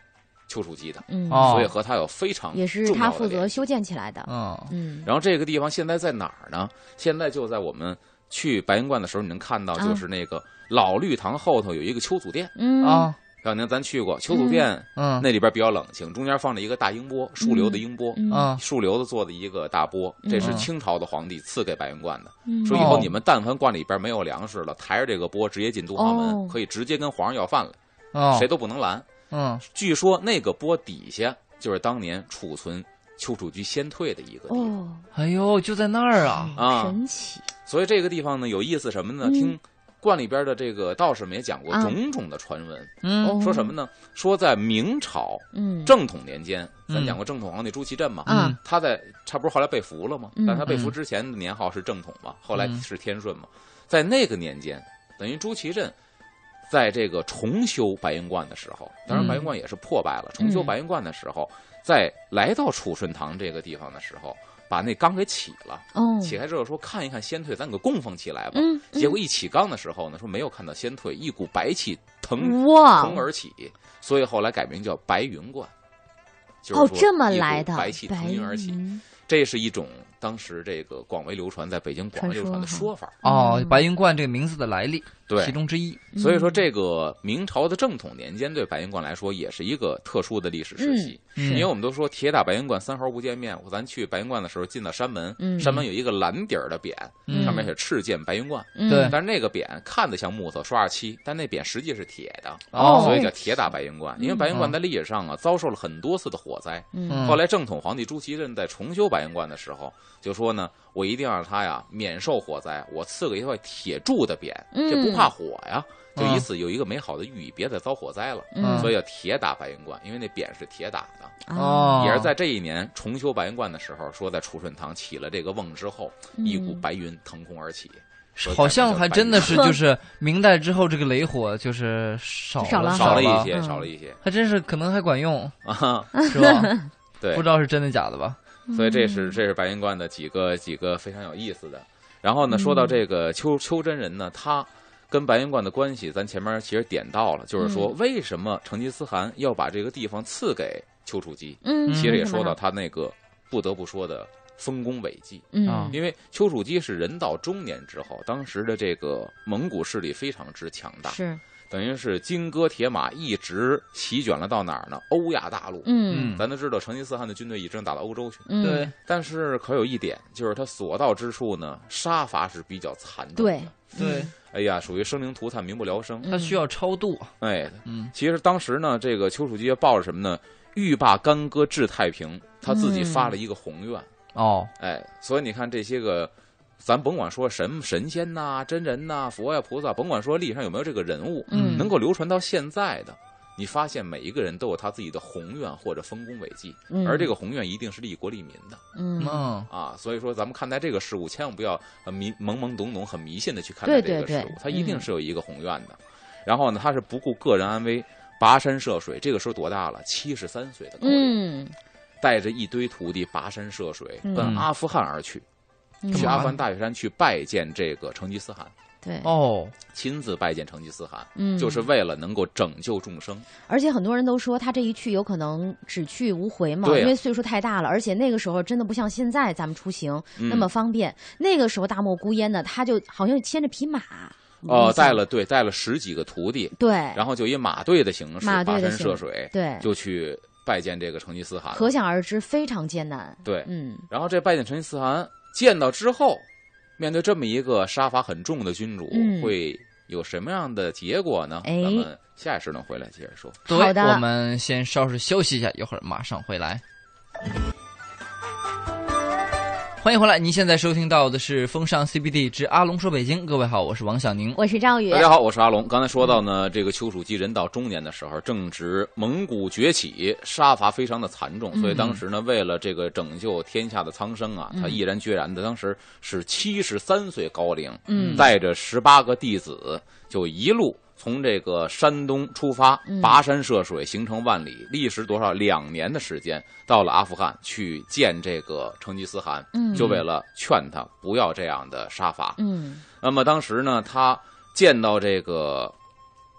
S3: 丘处机的。
S2: 嗯
S1: 哦
S3: 所以和他有非常
S2: 也是
S3: 重
S2: 他
S3: 要的
S2: 负责
S3: 联系
S2: 修建起来的，
S1: 嗯
S2: 嗯
S3: 然后这个地方现在在哪儿呢？现在就在我们去白云观的时候，你能看到，
S2: 啊
S1: 嗯
S3: 就是那个老绿堂后头有一个丘祖殿。
S2: 嗯
S1: 啊
S3: 小宁，咱去过丘祖殿，
S1: 嗯
S3: 那里边比较冷清，中间放着一个大鹰钵，树瘤的鹰钵，
S2: 嗯
S1: 啊
S3: 树瘤子做的一个大钵，这是
S1: 嗯
S3: 清朝的皇帝赐给白云观的。
S2: 嗯
S3: 说以后
S1: 哦
S3: 你们但凡观里边没有粮食了，抬着这个钵直接进东华门，
S2: 哦
S3: 可以直接跟皇上要饭了，
S1: 哦
S3: 谁都不能拦。
S1: 嗯
S3: 据说那个钵底下就是当年储存丘处机先退的一个地方。
S2: 哦
S1: 哎呦就在那儿啊
S3: 啊
S2: 神奇，
S3: 所以这个地方呢有意思什么呢？
S2: 嗯
S3: 听观里边的这个道士们也讲过
S2: 啊
S3: 种种的传闻，
S1: 嗯
S2: 哦
S3: 说什么呢？说在明朝
S2: 嗯，
S3: 正统年间，咱
S1: 嗯
S3: 讲过正统皇帝朱祁镇嘛，
S2: 啊
S3: 他在他不是后来被俘了吗？
S2: 嗯
S3: 但他被俘之前的年号是正统嘛，后来
S1: 嗯
S3: 是天顺嘛，在那个年间，等于朱祁镇。在这个重修白云观的时候，当然
S1: 嗯
S3: 白云观也是破败了。重修白云观的时候，在来到储顺堂这个地方的时候，把那缸给起了。
S2: 哦，
S3: 起开之后说看一看仙退，咱给供奉起来吧。
S2: 嗯，
S3: 结果一起缸的时候呢，说没有看到仙退，一股白气腾
S2: 嗯哇
S3: 腾，而起，所以后来改名叫白云观。就是
S2: 哦，
S3: 说
S2: 这么
S3: 一股
S2: 来的，
S3: 白气腾云而起，
S2: 云
S3: 这是一种当时这个广为流传，在北京广为流传的
S2: 传说
S3: 说法。
S1: 哦
S2: 嗯，
S1: 白云观这个名字的来历，
S3: 对
S1: 其，中之一。
S3: 所以说
S2: 嗯
S3: 这个明朝的正统年间，对白云观来说也是一个特殊的历史时
S1: 嗯
S3: 期。
S1: 是
S3: 因为我们都说铁打白云观，三猴不见面。咱去白云观的时候，进到山门，
S2: 嗯
S3: 山门有一个蓝底儿的匾，
S1: 嗯
S3: 上面写“赤剑白云观”。
S2: 嗯
S1: 对
S3: 但是那个匾看着像木头，刷着漆，但那匾实际是铁的，
S2: 哦
S3: 所以叫铁打白云观。因为白云观在历史上啊遭受了很多次的火灾，
S2: 嗯
S3: 后来正统皇帝朱祁镇在重修白云观的时候，就说呢，我一定要让它呀免受火灾，我赐给一块铁柱的匾，
S2: 嗯
S3: 这不怕火呀，就
S1: 嗯
S3: 以此有一个美好的寓意，别再遭火灾了。
S2: 嗯
S3: 所以叫铁打白云观，因为那匾是铁打的。
S2: 啊
S1: 哦，
S3: 也是在这一年重修白云观的时候，说在储顺堂起了这个瓮之后，一股
S2: 嗯
S3: 白云腾空而起，
S1: 好像还真的是， 就是明代之后这个雷火就是少
S2: 少了
S3: 少
S1: 少了
S3: 了一些，
S2: 嗯
S3: 少了一些
S1: 还真是可能还管用，
S3: 啊。
S1: 是吧？
S3: 对
S1: 不，知道是真的假的吧？
S3: 所以
S2: 嗯
S3: 这是这是白云观的几个几个非常有意思的。然后呢，说
S2: 嗯
S3: 到这个邱邱真人呢，他跟白云观的关系，咱前面其实点到了，就是
S2: 嗯
S3: 说为什么成吉思汗要把这个地方赐给丘处机？
S2: 嗯，
S3: 其实也
S2: 为什么
S3: 说到
S2: 呢
S3: 他那个不得不说的丰功伟绩。
S1: 啊
S2: 嗯，
S3: 因为丘处机是人到中年之后，当时的这个蒙古势力非常之强大，
S2: 是
S3: 等于是金戈铁马，一直席卷了到哪儿呢？欧亚大陆。
S2: 嗯
S3: 咱都知道，成吉思汗的军队一直打到欧洲去，
S2: 嗯
S1: 对，
S3: 但是可有一点，就是他所到之处呢，杀伐是比较残忍。
S2: 对，嗯
S1: 对，
S3: 哎呀，属于生灵涂炭，民不聊生。
S1: 它需要超度，
S3: 哎，
S1: 嗯，
S3: 其实当时呢，这个丘处机也抱着什么呢？欲罢干戈治太平，他自己发了一个宏愿。
S1: 哦，
S2: 嗯
S3: 哎，所以你看这些个，咱甭管说神神仙呐、啊真人呐、佛呀、菩萨，甭管说历史上有没有这个人物，
S2: 嗯
S3: 能够流传到现在的，你发现每一个人都有他自己的宏愿或者丰功伟绩，
S2: 嗯
S3: 而这个宏愿一定是利国利民的
S2: 嗯
S1: 嗯，
S3: 啊。所以说，咱们看待这个事物，千万不要呃迷懵懵懂懂、很迷信的去看待
S2: 对
S3: 这个
S2: 对
S3: 事
S2: 对
S3: 物，它一定
S2: 嗯
S3: 是有一个宏愿的。然后呢，他是不顾个人安危，跋山涉水。这个时候多大了？七十三岁的高龄，
S2: 嗯
S3: 带着一堆徒弟跋山涉水，
S2: 嗯
S3: 奔阿富汗而去。
S2: 嗯
S3: 去
S1: 干嘛
S3: 阿富汗大雪山去拜见这个成吉思汗，
S2: 对
S1: 哦，
S3: 亲自拜见成吉思汗，
S2: 嗯
S3: 就是为了能够拯救众生。
S2: 而且很多人都说他这一去有可能只去无回嘛，
S3: 对啊
S2: 因为岁数太大了，而且那个时候真的不像现在咱们出行
S3: 嗯
S2: 那么方便。那个时候大漠孤烟呢，他就好像牵着匹马，
S3: 哦、
S2: 你
S3: 带
S2: 想
S3: 了对，带了十几个徒弟，
S2: 对
S3: 然后就以马队的形式
S2: 哎马
S3: 跋
S2: 队的
S3: 山
S2: 形哎
S3: 涉水，
S2: 对，
S3: 就去拜见这个成吉思汗。
S2: 可想而知非常艰难。
S3: 对，
S2: 嗯
S3: 然后这拜见成吉思汗见到之后，面对这么一个杀伐很重的君主，
S2: 嗯
S3: 会有什么样的结果呢？
S2: 哎
S3: 咱们下一时段回来接着说。
S1: 对
S2: 好的，
S1: 我们先稍事休息一下，一会儿马上回来。欢迎回来，您现在收听到的是《风尚 CBD 之阿龙说北京》，各位好，我是王小宁。
S2: 我是赵宇
S3: 大，家好，我是阿龙。刚才说到呢，这个丘处机人到中年的时候，正值蒙古崛起，杀伐非常的残
S2: 嗯
S3: 重，所以当时呢，为了这个拯救天下的苍生啊，他毅然决然的，当时是七十三岁高龄，
S2: 嗯
S3: 带着十八个弟子，就一路从这个山东出发，
S2: 嗯
S3: 跋山涉水，行程万里，历时多少两年的时间，到了阿富汗去见这个成吉思汗，
S2: 嗯
S3: 就为了劝他不要这样的杀伐，
S2: 嗯
S3: 那么当时呢，他见到这个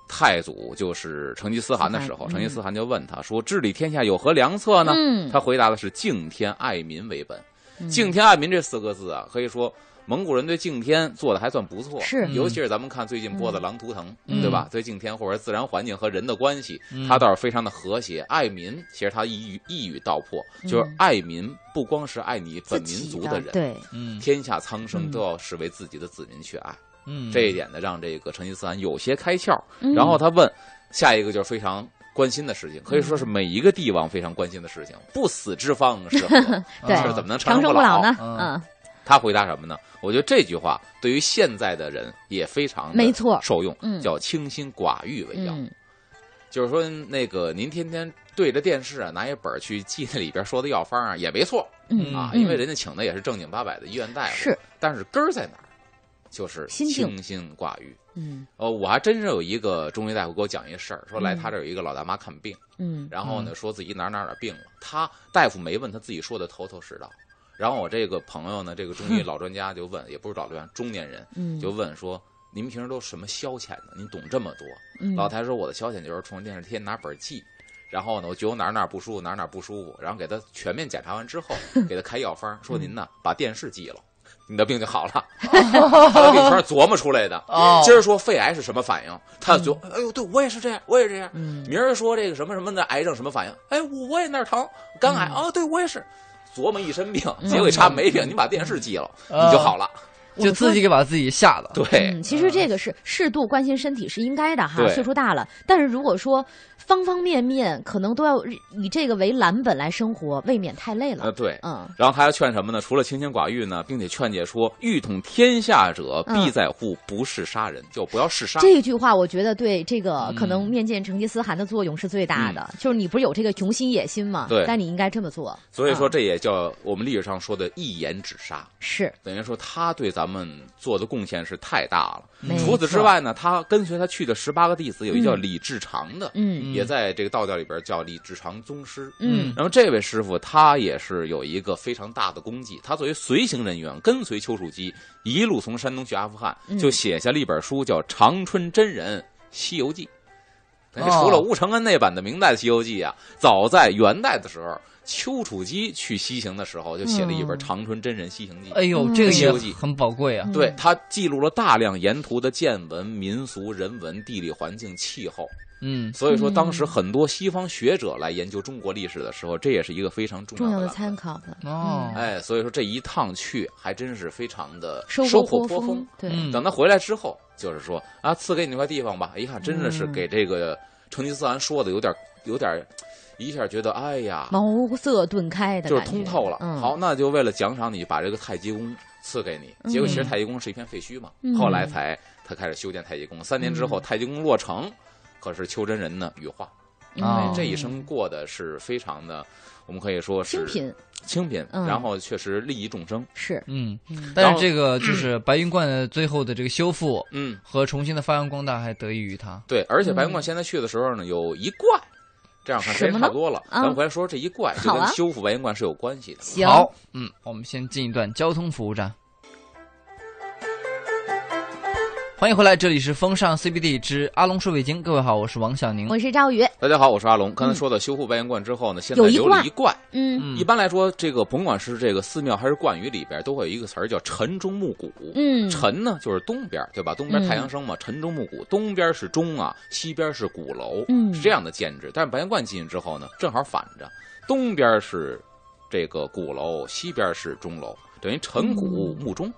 S3: 太祖就是成吉思汗的时候，
S2: 嗯
S3: 成吉思汗就问他说：“治理天下有何良策呢？”
S2: 嗯
S3: 他回答的是“敬天爱民为本”敬天爱民这四个字啊，可以说蒙古人对敬天做的还算不错，
S2: 是
S3: 尤其是咱们看最近播的《狼图腾》，
S2: 嗯
S3: 对吧？对敬天或者自然环境和人的关系，
S1: 嗯
S3: 他倒是非常的和谐。爱民，其实他一语一语道破，就是爱民不光是爱你
S2: 嗯自
S3: 本民
S2: 己
S3: 族
S2: 的
S3: 人。
S2: 对，
S1: 嗯
S3: 天下苍生
S2: 嗯
S3: 都要视为自己的子民去爱，
S1: 嗯，
S3: 这一点呢，让这个成吉思汗有些开窍。
S2: 嗯
S3: 然后他问下一个就是非常关心的事情，可以
S2: 嗯
S3: 说是每一个帝王非常关心的事情。不死之方是何
S1: 啊
S2: 对
S3: 是怎么能
S2: 长
S3: 长
S2: 生
S3: 生
S2: 不
S3: 不
S2: 老
S3: 老
S2: 呢？
S1: 嗯
S3: 他回答什么呢？我觉得这句话对于现在的人也非常的
S2: 没错
S3: 受用，
S2: 嗯
S3: 叫清心寡欲为要。
S2: 嗯，
S3: 就是说，那个您天天对着电视啊，拿一本儿去记那里边说的药方啊，也没错
S2: 嗯
S3: 啊，
S2: 嗯
S3: 因为人家请的也是正经八百的医院大夫。
S2: 是，
S3: 但是根儿在哪儿？就是
S2: 心境
S3: 清心寡欲。
S2: 嗯
S3: 哦，我还真是有一个中医大夫给我讲一事儿，说来
S2: 嗯
S3: 他这儿有一个老大妈看病，
S2: 嗯
S3: 然后呢说自己哪儿哪儿哪儿病了，他大夫没问，他自己说的头头是道。然后我这个朋友呢，这个中医老专家就问，也不是老专家，中年人
S2: 嗯，
S3: 就问说，你们平时都什么消遣呢？您懂这么多？
S2: 嗯
S3: 老太太说我的消遣就是冲着电视天拿本儿记，然后呢，我觉得我哪儿哪儿不舒服，哪儿哪儿不舒服，然后给她全面检查完 之后，给她开药方，
S2: 嗯
S3: 说您呢把电视记了，你的病就好 了。她都给你圈琢磨出来的。
S1: 哦
S3: 今儿说肺癌是什么反应，她就哎呦，对我也是这样，我也这样。
S2: 嗯
S3: 明儿说这个什么什么的癌症什么反应，哎，我我也那儿疼，肝癌
S2: 嗯
S3: 啊、哦对我也是。琢磨一身病，结果一查没病，你把电视记了，
S1: 哦
S3: 你就好了。
S1: 就自己给把自己吓的。
S3: 对，
S2: 嗯，其实这个是适度关心身体是应该的哈，
S3: 对
S2: 岁数大了，但是如果说方方面面可能都要以这个为蓝本来生活，未免太累
S3: 呃，
S2: 了。
S3: 对，
S2: 嗯，
S3: 然后他还劝什么呢？除了清心寡欲呢，并且劝诫说：“欲统天下者，
S2: 嗯
S3: 必在乎不是杀人，就不要嗜杀。
S2: 这句话我觉得对这个
S3: 嗯
S2: 可能面见成吉思汗的作用是最大的，就是你不是有这个雄心野心吗？
S3: 对
S2: 但你应该这么做。
S3: 所以说，
S2: 嗯
S3: 这也叫我们历史上说的“一言止杀
S2: 是”。
S3: 等于说，他对咱们做的贡献是太大了。
S2: 没
S3: 嗯除此之
S2: 错，
S3: 外呢，他跟随他去的十八个弟子，有一叫
S2: 嗯
S3: 李志常的，
S2: 嗯
S3: 也在这个道教里边叫李志常宗师。
S2: 嗯
S3: 然后这位师傅他也是有一个非常大的功绩，他作为随行人员跟随丘处机一路从山东去阿富汗，
S2: 嗯
S3: 就写下了一本书叫《长春真人西游记》。哎
S1: 哦
S3: 除了乌承恩那版的明代《西游记》啊，早在元代的时候，丘处机去西行的时候就写了一本
S2: 嗯
S3: 《长春真人西行记》
S1: 哎呦，这个
S3: 西
S1: 也
S3: 游记
S1: 很宝贵啊。
S2: 嗯
S3: 对他记录了大量沿途的见闻、民俗、人文、地理环境、气候，
S1: 嗯，
S3: 所以说当时很多西方学者来研究中国历史的时候，这也是一个非常重
S2: 重
S3: 要
S2: 要
S3: 的
S2: 的
S3: 栏
S2: 参
S3: 目
S2: 考的，
S1: 哦，
S3: 哎，所以说这一趟去还真是非常的
S2: 收
S3: 收
S2: 获
S3: 获颇
S2: 丰
S3: 丰。。
S2: 对，
S1: 嗯
S3: 等他回来之后，就是说啊，赐给你那块地方吧。一看，真的是
S2: 嗯
S3: 给这个成吉思汗说的有点，有点，一下觉得哎呀，
S2: 茅塞顿开的
S3: 就是
S2: 感觉
S3: 通透了。
S2: 嗯，
S3: 好，，那就为了奖赏你，把这个太极宫赐给你。结果其实太极宫是一片废墟嘛，
S2: 嗯
S3: 后来才他开始修建太极宫。三年之后，太极宫落成，可是丘真人呢羽化，
S1: 哎哦
S3: 这一生过得是非常的，我们可以说是
S2: 精品
S3: 清贫，
S2: 嗯
S3: 然后确实利益众生。
S2: 是，
S1: 嗯，
S2: 嗯
S1: 但是这个就是白云观的最后的这个修复
S3: 嗯，
S1: 和重新的发扬光大，还得益于他。
S3: 对。而且白云观现在去的时候呢，有一怪，这样看时
S2: 嗯什么
S3: 间
S2: 呢
S3: 差不多了，
S2: 啊
S3: 咱们回来说说这一怪，就
S2: 好
S3: 跟
S2: 啊
S3: 修复白云观是有关系的。
S2: 行，
S1: 好，嗯，我们先进一段交通服务站。欢迎回来，这里是风尚 CBD 之阿龙说北京。各位好，我是王小宁。
S2: 我是赵宇，
S3: 大家好，我是阿龙。刚才说到修复白云观之后呢，现
S2: 嗯
S3: 在
S2: 有一
S3: 留
S2: 怪
S3: 了一怪。
S2: 嗯
S1: 嗯
S3: 一般来说，这个甭管是这个寺庙还是观宇里边，都会有一个词儿叫“晨钟暮鼓”。
S2: 嗯，
S3: 晨呢，就是东边，对吧？东边
S2: 嗯
S3: 太阳升嘛，晨钟暮鼓，东边是钟啊，西边是鼓楼，
S2: 嗯
S3: 是这样的建制。但是白云观进去之后呢，正好反着，东边是这个鼓楼，西边是钟楼，等于晨鼓
S2: 嗯
S3: 暮钟。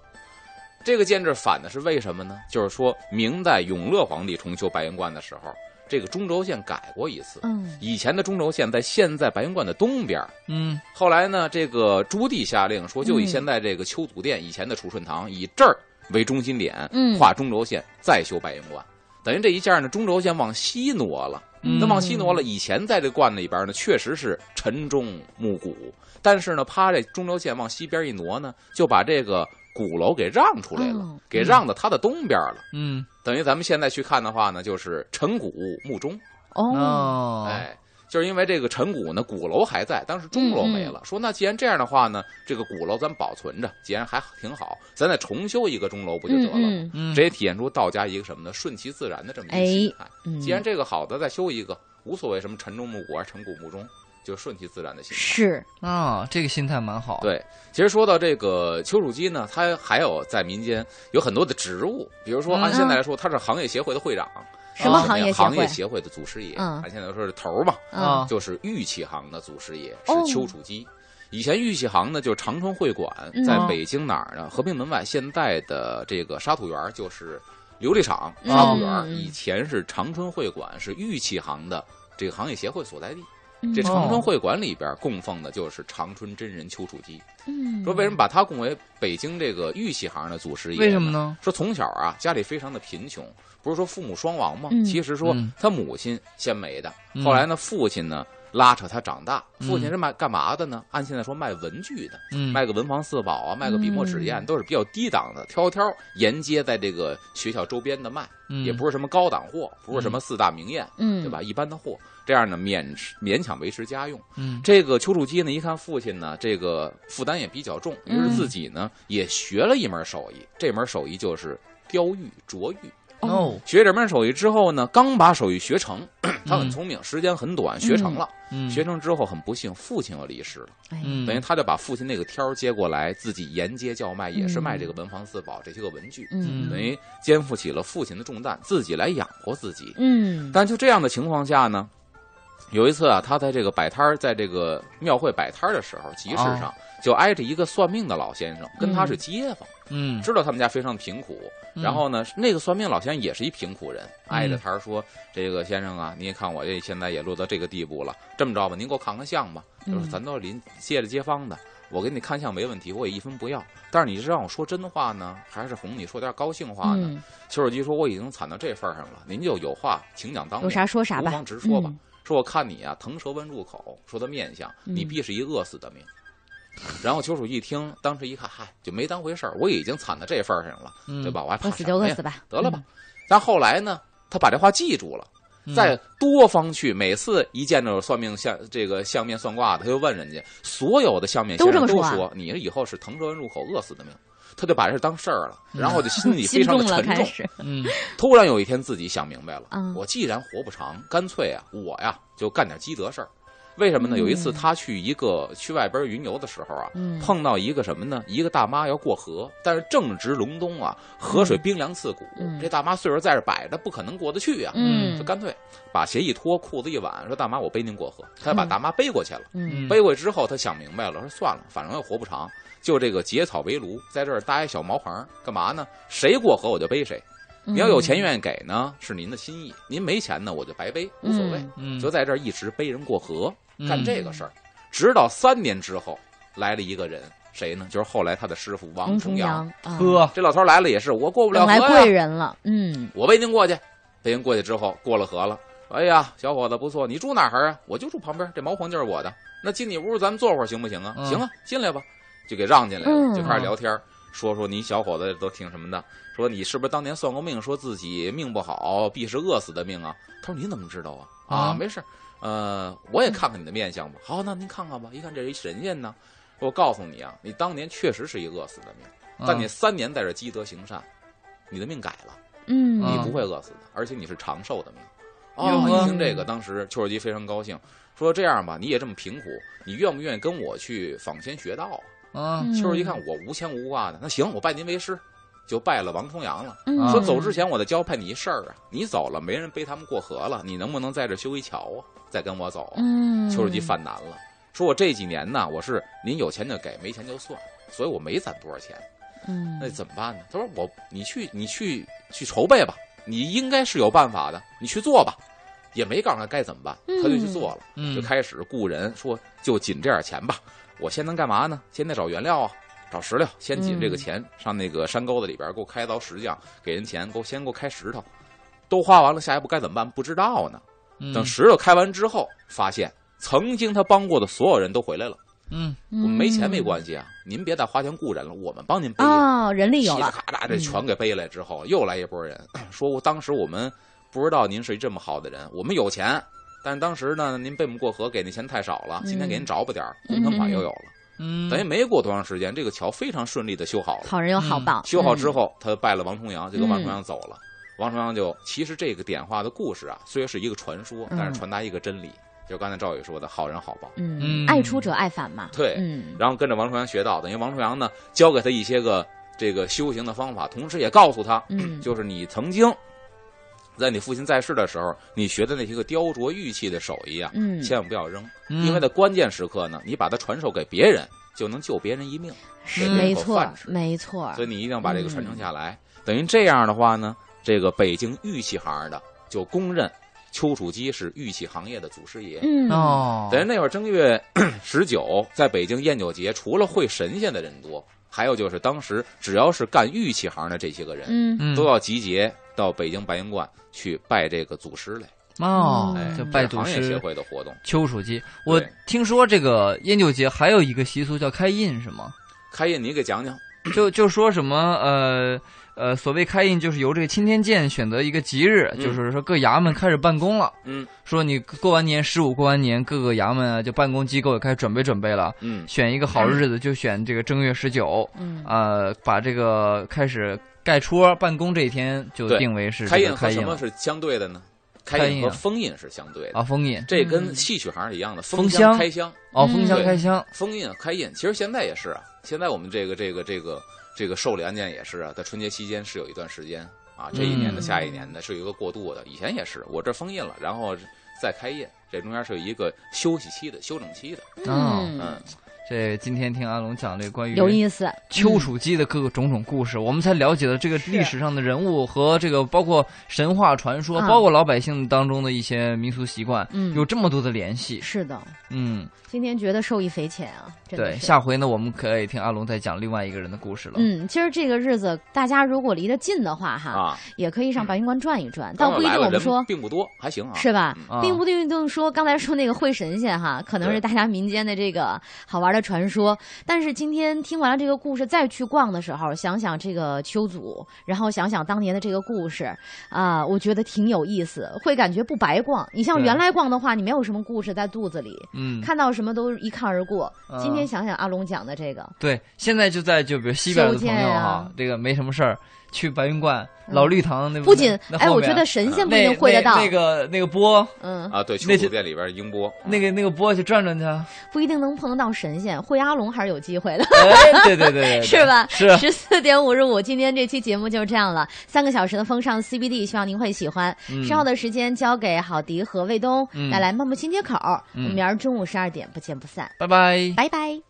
S3: 这个建制反的是为什么呢？就是说，明代永乐皇帝重修白云观的时候，这个中轴线改过一次。
S2: 嗯
S3: 以前的中轴线在现在白云观的东边，
S1: 嗯
S3: 后来呢，这个朱棣下令说，就以
S2: 嗯
S3: 现在这个丘祖殿以前的储顺堂，以这儿为中心点，
S2: 嗯
S3: 画中轴线，再修白云观。等于这一下呢，中轴线往西挪了。
S1: 嗯
S3: 那往西挪了，以前在这观里边呢，确实是晨钟暮鼓，但是呢，趴这中轴线往西边一挪呢，就把这个鼓楼给让出来了，
S2: 哦
S3: 给让到它的东边了。
S1: 嗯
S3: 等于咱们现在去看的话呢，就是晨鼓暮钟。
S2: 哦，
S1: 哦，
S3: 哎，就是因为这个陈鼓呢，鼓楼还在，当时钟楼没
S2: 嗯
S3: 了。说那既然这样的话呢，这个鼓楼咱保存着，既然还挺好，咱再重修一个钟楼不就得
S2: 嗯
S3: 了吗？
S2: 嗯
S1: 嗯，
S3: 这也体现出道家一个什么呢？顺其自然的这么一个心态。
S2: 嗯，
S3: 既然这个好的，再修一个，无所谓什么晨钟啊暮鼓还是晨鼓暮钟，就顺其自然的心态。
S2: 是
S1: 啊、这个心态蛮好。
S3: 对，其实说到这个丘处机呢，他还有在民间有很多的职务，比如说
S1: 嗯
S3: 按现在来说，他是行业协会的会长，
S2: 什么
S3: 啊
S2: 行业协
S3: 行业
S2: 会？
S3: 协会的祖师爷，
S2: 嗯
S3: 按现在来说是头儿嘛，
S1: 啊
S2: 嗯，
S3: 就是玉器行的祖师爷是
S2: 哦
S3: 丘处机。以前玉器行呢，就是长春会馆
S2: 嗯，
S3: 在北京哪儿呢？和平门外现在的这个沙土园儿就是琉璃厂
S2: 嗯
S3: 沙土园儿，
S2: 嗯
S3: 以前是长春会馆，是玉器行的这个行业协会所在地。
S2: 嗯
S3: 这长
S1: 哦
S3: 春会馆里边供奉的就是长春真人丘处机。
S2: 嗯，
S3: 说为什么把他供为北京这个玉器行的祖师爷？
S1: 为什么？呢？
S3: 说从小啊，家里非常的贫穷，不是说父母双亡吗？
S2: 嗯
S3: 其实说
S1: 嗯
S3: 他母亲先没的，
S1: 嗯
S3: 后来呢，父亲呢拉扯他长大。
S1: 嗯
S3: 父亲是卖干嘛的呢？按现在说卖文具的，
S1: 嗯，
S3: 卖个文房四宝啊，卖个笔墨纸砚，
S2: 嗯
S3: 都是比较低档的，挑挑沿街在这个学校周边的卖，
S1: 嗯
S3: 也不是什么高档货，不是什么四大名宴，
S2: 嗯，
S3: 对吧？一般的货，这样呢勉勉强维持家用。
S1: 嗯
S3: 这个丘处机呢，一看父亲呢，这个负担也比较重，于是
S2: 嗯
S3: 自己呢也学了一门手艺，这门手艺就是雕玉琢玉。
S1: 哦，
S3: 学这门手艺之后呢，刚把手艺学成， 他很
S1: 嗯
S3: 聪明，时间很短，学成了。
S1: 嗯
S3: 学成之后，很不幸，父亲又离世了，
S2: 哎，
S1: 嗯
S3: 等于他就把父亲那个挑儿接过来，自己沿街叫卖，也是卖
S2: 嗯
S3: 这个文房四宝这些个文具，
S2: 嗯
S3: 等于肩负起了父亲的重担，自己来养活自己。
S2: 嗯，
S3: 但就这样的情况下呢，有一次啊，他在这个摆摊儿，在这个庙会摆摊儿的时候，集市
S2: 哦
S3: 上、就挨着一个算命的老先生，跟他是街坊，
S1: 嗯
S3: 知道他们家非常贫苦。
S1: 嗯
S3: 然后呢，那个算命老先生也是一贫苦人，
S2: 嗯
S3: 挨着摊儿说：“这个先生啊，您看我这现在也落到这个地步了，这么着吧，您给我看看相吧。”就说
S2: 嗯
S3: 咱都是邻借着街坊的。我给你看相没问题，我也一分不要。但是你是让我说真话呢，还是哄你说点高兴话呢？
S2: 嗯，
S3: 邱处机说：“我已经惨到这份儿上了，您就有话请讲当面。”
S2: 有啥说啥
S3: 无
S2: 吧
S3: 妨，直说吧。说我看你啊，腾蛇纹入口，说他面相，
S2: 嗯
S3: 你必是一饿死的命。然后丘处一听，当时一看，嗨，就没当回事儿，我已经惨到这份儿上了，
S1: 嗯
S3: 对吧？我还
S2: 饿
S3: 怕
S2: 死
S3: 什
S2: 就
S3: 么
S2: 饿
S3: 呀
S2: 死？吧，
S3: 得了吧。 但后来呢，他把这话记住了，
S2: 嗯
S1: 嗯
S3: 在多方去，每次一见着算命相这个相面算卦的，他就问人家，所有的相面
S2: 都
S3: 先生
S2: 这么说
S3: 都
S2: 啊
S3: 说你以后是腾蛇纹入口，饿死的命。他就把这当事儿了，然后就心
S2: 嗯，
S3: 里
S2: 心
S3: 非常
S2: 动
S3: 的
S2: 了
S3: 沉
S2: 开
S3: 重，
S2: 始，
S1: 嗯
S3: 突然有一天自己想明白了，
S2: 嗯
S3: 我既然活不长，干脆啊，我呀就干点积德事儿。为什么呢？
S2: 嗯
S3: 有一次他去一个去外边云游的时候啊，
S2: 嗯
S3: 碰到一个什么呢？一个大妈要过河，但是正值隆冬啊，河水冰凉刺骨，
S2: 嗯
S3: 这大妈岁数在这摆着，不可能过得去呀、
S2: 嗯
S3: 就干脆把鞋一脱，裤子一挽，说大妈，我背您过河。他把
S2: 嗯
S3: 大妈背过去了。
S2: 嗯
S1: 嗯
S3: 背过去之后，他想明白了，说算了，反正我也活不长，就这个结草为炉，在这儿搭一小茅棚，干嘛呢？谁过河我就背谁。
S2: 嗯，
S3: 你要有钱愿意给呢，是您的心意；您没钱呢，我就白背，无所谓。
S2: 嗯
S1: 嗯
S3: 就在这儿一直背人过河，干这个事
S2: 儿，
S3: 儿，直到三年之后来了一个人，谁呢？就是后来他的师傅王
S2: 王
S3: 重
S2: 重
S3: 阳。
S2: 阳，啊
S1: 呵
S3: 这老头儿来了也是，我过不了
S2: 等
S3: 河
S2: 来
S3: 呀、
S2: 贵人了，嗯
S3: 我背您过去。背您过去之后，过了河了。哎呀，小伙子不错，你住哪儿啊？我就住旁边，这茅棚就是我的。那进你屋咱们坐会儿行不行啊？
S1: 嗯
S3: 行啊，进来吧，就给让进来了，
S2: 嗯
S3: 就开始聊天儿，说说你小伙子都挺什么的，说你是不是当年算过命，说自己命不好，必是饿死的命啊？他说你怎么知道啊？啊，
S1: 啊
S3: 没事儿，呃，我也看看你的面相吧。好，那您看看吧。一看这是一神仙呢，我告诉你啊，你当年确实是一饿死的命，
S1: 嗯
S3: 但你三年在这积德行善，你的命改了。
S2: 嗯，
S3: 你
S1: 啊
S3: 不会饿死的，而且你是长寿的命。
S1: 哟
S3: 哦，
S1: 呵
S3: 一听这个，当时丘处机非常高兴，说这样吧，你也这么贫苦，你愿不愿意跟我去访仙学道啊？
S1: 啊
S2: 嗯
S3: 丘处机看我无牵无挂的，那行，我拜您为师，就拜了王重阳了。
S2: 嗯
S3: 说走之前我得交派你一事儿啊，你走了没人背他们过河了，你能不能在这修一桥啊？再跟我走啊？
S2: 嗯，
S3: 丘处机犯难了，说我这几年呢，我是您有钱就给，没钱就算，所以我没攒多少钱。
S2: 嗯，
S3: 那怎么办呢？他说我，你去，你去，去筹备吧，你应该是有办法的，你去做吧。也没告诉他该怎么办，
S2: 嗯
S3: 他就去做了，
S1: 嗯
S3: 就开始雇人说，就紧这点钱吧，我先能干嘛呢？先得找原料啊，找石料，先紧
S1: 嗯
S3: 这个钱，上那个山沟子里边给我开凿石匠，给人钱，给我先给我开石头，都花完了，下一步该怎么办？不知道呢。
S1: 嗯
S3: 等石头开完之后，发现曾经他帮过的所有人都回来了，
S1: 嗯
S2: 我
S3: 我们没钱没
S2: 系
S3: 关系啊，您别再花钱雇人了，我们帮您背
S1: 啊
S3: 呀、
S2: 哦，人力
S3: 嘁
S2: 有
S3: 哩
S2: 了，嗯
S3: 咔嚓，这全给背来之后，又来一波人说：“我当时我们不知道您是一这么好的人，我们有钱，但是当时呢，您背我们过河，给那钱太少了，今天给您找补点儿，
S2: 嗯
S3: 工程款又有了。
S1: 嗯
S3: 等于没过多长时间，这个桥非常顺利的修好了。
S2: 好人有好
S1: 嗯
S2: 报，
S3: 修好
S2: 嗯
S3: 之，后，他拜了王重阳，就跟王重阳走了。王重阳就其实这个点化的故事啊，虽然是一个传说，
S2: 嗯
S3: 但是传达一个真理，就刚才赵宇说的好人好报。
S2: 嗯，
S1: 嗯
S2: 爱出者爱返嘛，
S3: 对
S2: 嗯
S3: 然后跟着王重阳学道，等于王重阳呢教给他一些个这个修行的方法，同时也告诉他，
S2: 嗯
S3: 就是你曾经在你父亲在世的时候，你学的那些个雕琢玉器的手艺啊，
S2: 嗯，
S3: 千万不要扔，
S1: 嗯
S3: 因为在关键时刻呢，你把它传授给别人，就能救别人一命，
S2: 是
S1: 给别
S2: 没
S3: 人口
S2: 错嗯
S3: 饭，吃
S2: 没错，
S3: 所以你一定要把这个传承下来。等于这样的话呢，这个北京玉器行的就公认。丘处机是玉器行业的祖师爷。
S2: 嗯，
S1: 哦，
S3: 等于那会儿正月 十九，在北京宴酒节，除了会神仙的人多，还有就是当时只要是干玉器行的这些个人，
S2: 嗯，
S1: 嗯
S3: 都要集结到北京白云观去拜这个祖师来。
S1: 哦
S2: 嗯，
S1: 就
S3: 哎这
S1: 拜
S3: 是
S1: 祖
S3: 行业协
S1: 师
S3: 会的活动，
S1: 丘处机。我
S3: 对
S1: 听说这个烟酒节还有一个习俗叫开印，是 吗？
S3: 开印你给讲讲。
S1: 就就说什么呃呃，所谓开印就是由这个钦天监选择一个吉日，
S3: 嗯
S1: 就是说各衙门开始办公了。
S3: 嗯
S1: 说你过完年十五，过完年各个衙门啊，就办公机构也开始准备准备了，
S3: 嗯
S1: 选一个好日子就选这个正月十九，
S2: 嗯，
S1: 呃，把这个开始盖戳办公这一天就
S3: 对
S1: 定为是
S3: 开
S1: 这
S3: 印
S1: 个
S3: 和
S1: 开
S3: 什
S1: 印
S3: 么
S1: 了
S3: 是相对的呢？
S1: 开
S3: 开
S1: 印
S3: 印和
S1: 啊
S3: 封印是相对的，
S1: 啊，封印
S3: 这
S2: 嗯
S3: 跟戏曲行是一样的，
S1: 封
S3: 箱
S1: 箱
S3: 开箱，
S1: 哦，
S2: 嗯
S1: 封箱
S3: 对
S1: 开箱，
S3: 封印开印。其实现在也是啊，现在我们这个这个这个这个受理案件也是啊，在春节期间是有一段时间啊，这一年的
S2: 嗯
S3: 下一年的是有一个过渡的，以前也是，我这封印了，然后再开印，这中间是有一个休息期的、休整期的，
S1: 嗯
S3: 嗯，
S1: 这今天听阿龙讲这关于
S2: 有嗯意思，
S1: 丘处机的各个种种故事，我们才了解了这个历史上的人物和这个包括神话传说，
S2: 啊
S1: 包括老百姓当中的一些民俗习惯，
S2: 嗯
S1: 有这么多的联系。
S2: 是的，
S1: 嗯，
S2: 今天觉得受益匪浅啊，真的
S1: 对，
S2: 是
S1: 下回呢，我们可以听阿龙再讲另外一个人的故事了。
S2: 嗯，今儿这个日子，大家如果离得近的话，哈，
S3: 啊，
S2: 也可以上白云观转一转。
S3: 刚
S2: 倒
S3: 好
S2: 不一
S3: 来
S2: 定
S3: 了
S2: 我们
S3: 人
S2: 说
S3: 并不多，还行啊，
S2: 是吧，
S1: 啊
S2: 并不一定说刚才说那个会神 仙哈，可能是
S3: 对
S2: 大家民间的这个好玩的传说。但是今天听完了这个故事，再去逛的时候，想想这个丘祖，然后想想当年的这个故事，啊、我觉得挺有意思，会感觉不白逛。你像
S1: 对
S2: 原来逛的话，你没有什么故事在肚子里，
S1: 嗯，
S2: 看到什么都一看而过。
S1: 啊
S2: 今天想想阿龙讲的这个，
S1: 对，现在就在就比如西边的朋
S2: 修
S1: 友
S2: 建
S1: 哈、
S2: 啊
S1: 这个没什么事儿，去白云观、
S2: 嗯
S1: 老绿堂那
S2: 不仅
S1: 那
S2: 哎，
S1: 后
S2: 我
S1: 面啊
S2: 觉得神仙不一
S1: 那
S2: 定会得到，
S1: 那那个那个波，
S2: 嗯，
S3: 啊，对，
S1: 那
S3: 秋
S1: 些
S3: 主店里边英波，
S1: 那个那个波去转转去啊。
S2: 不一定能碰得到神仙，会阿龙还是有机会的。
S1: 哎，对对对对，对
S2: 是吧？
S1: 是
S2: 十四点五十五，今天这期节目就是这样了，三个小时的风尚 CBD，希望您会喜欢。
S1: 嗯
S2: 稍后的时间交给郝迪和卫东
S1: 嗯
S2: 带来漫步新街口，我
S1: 嗯
S2: 们明儿中午十二点不见不散，
S1: 拜拜。
S2: 拜拜。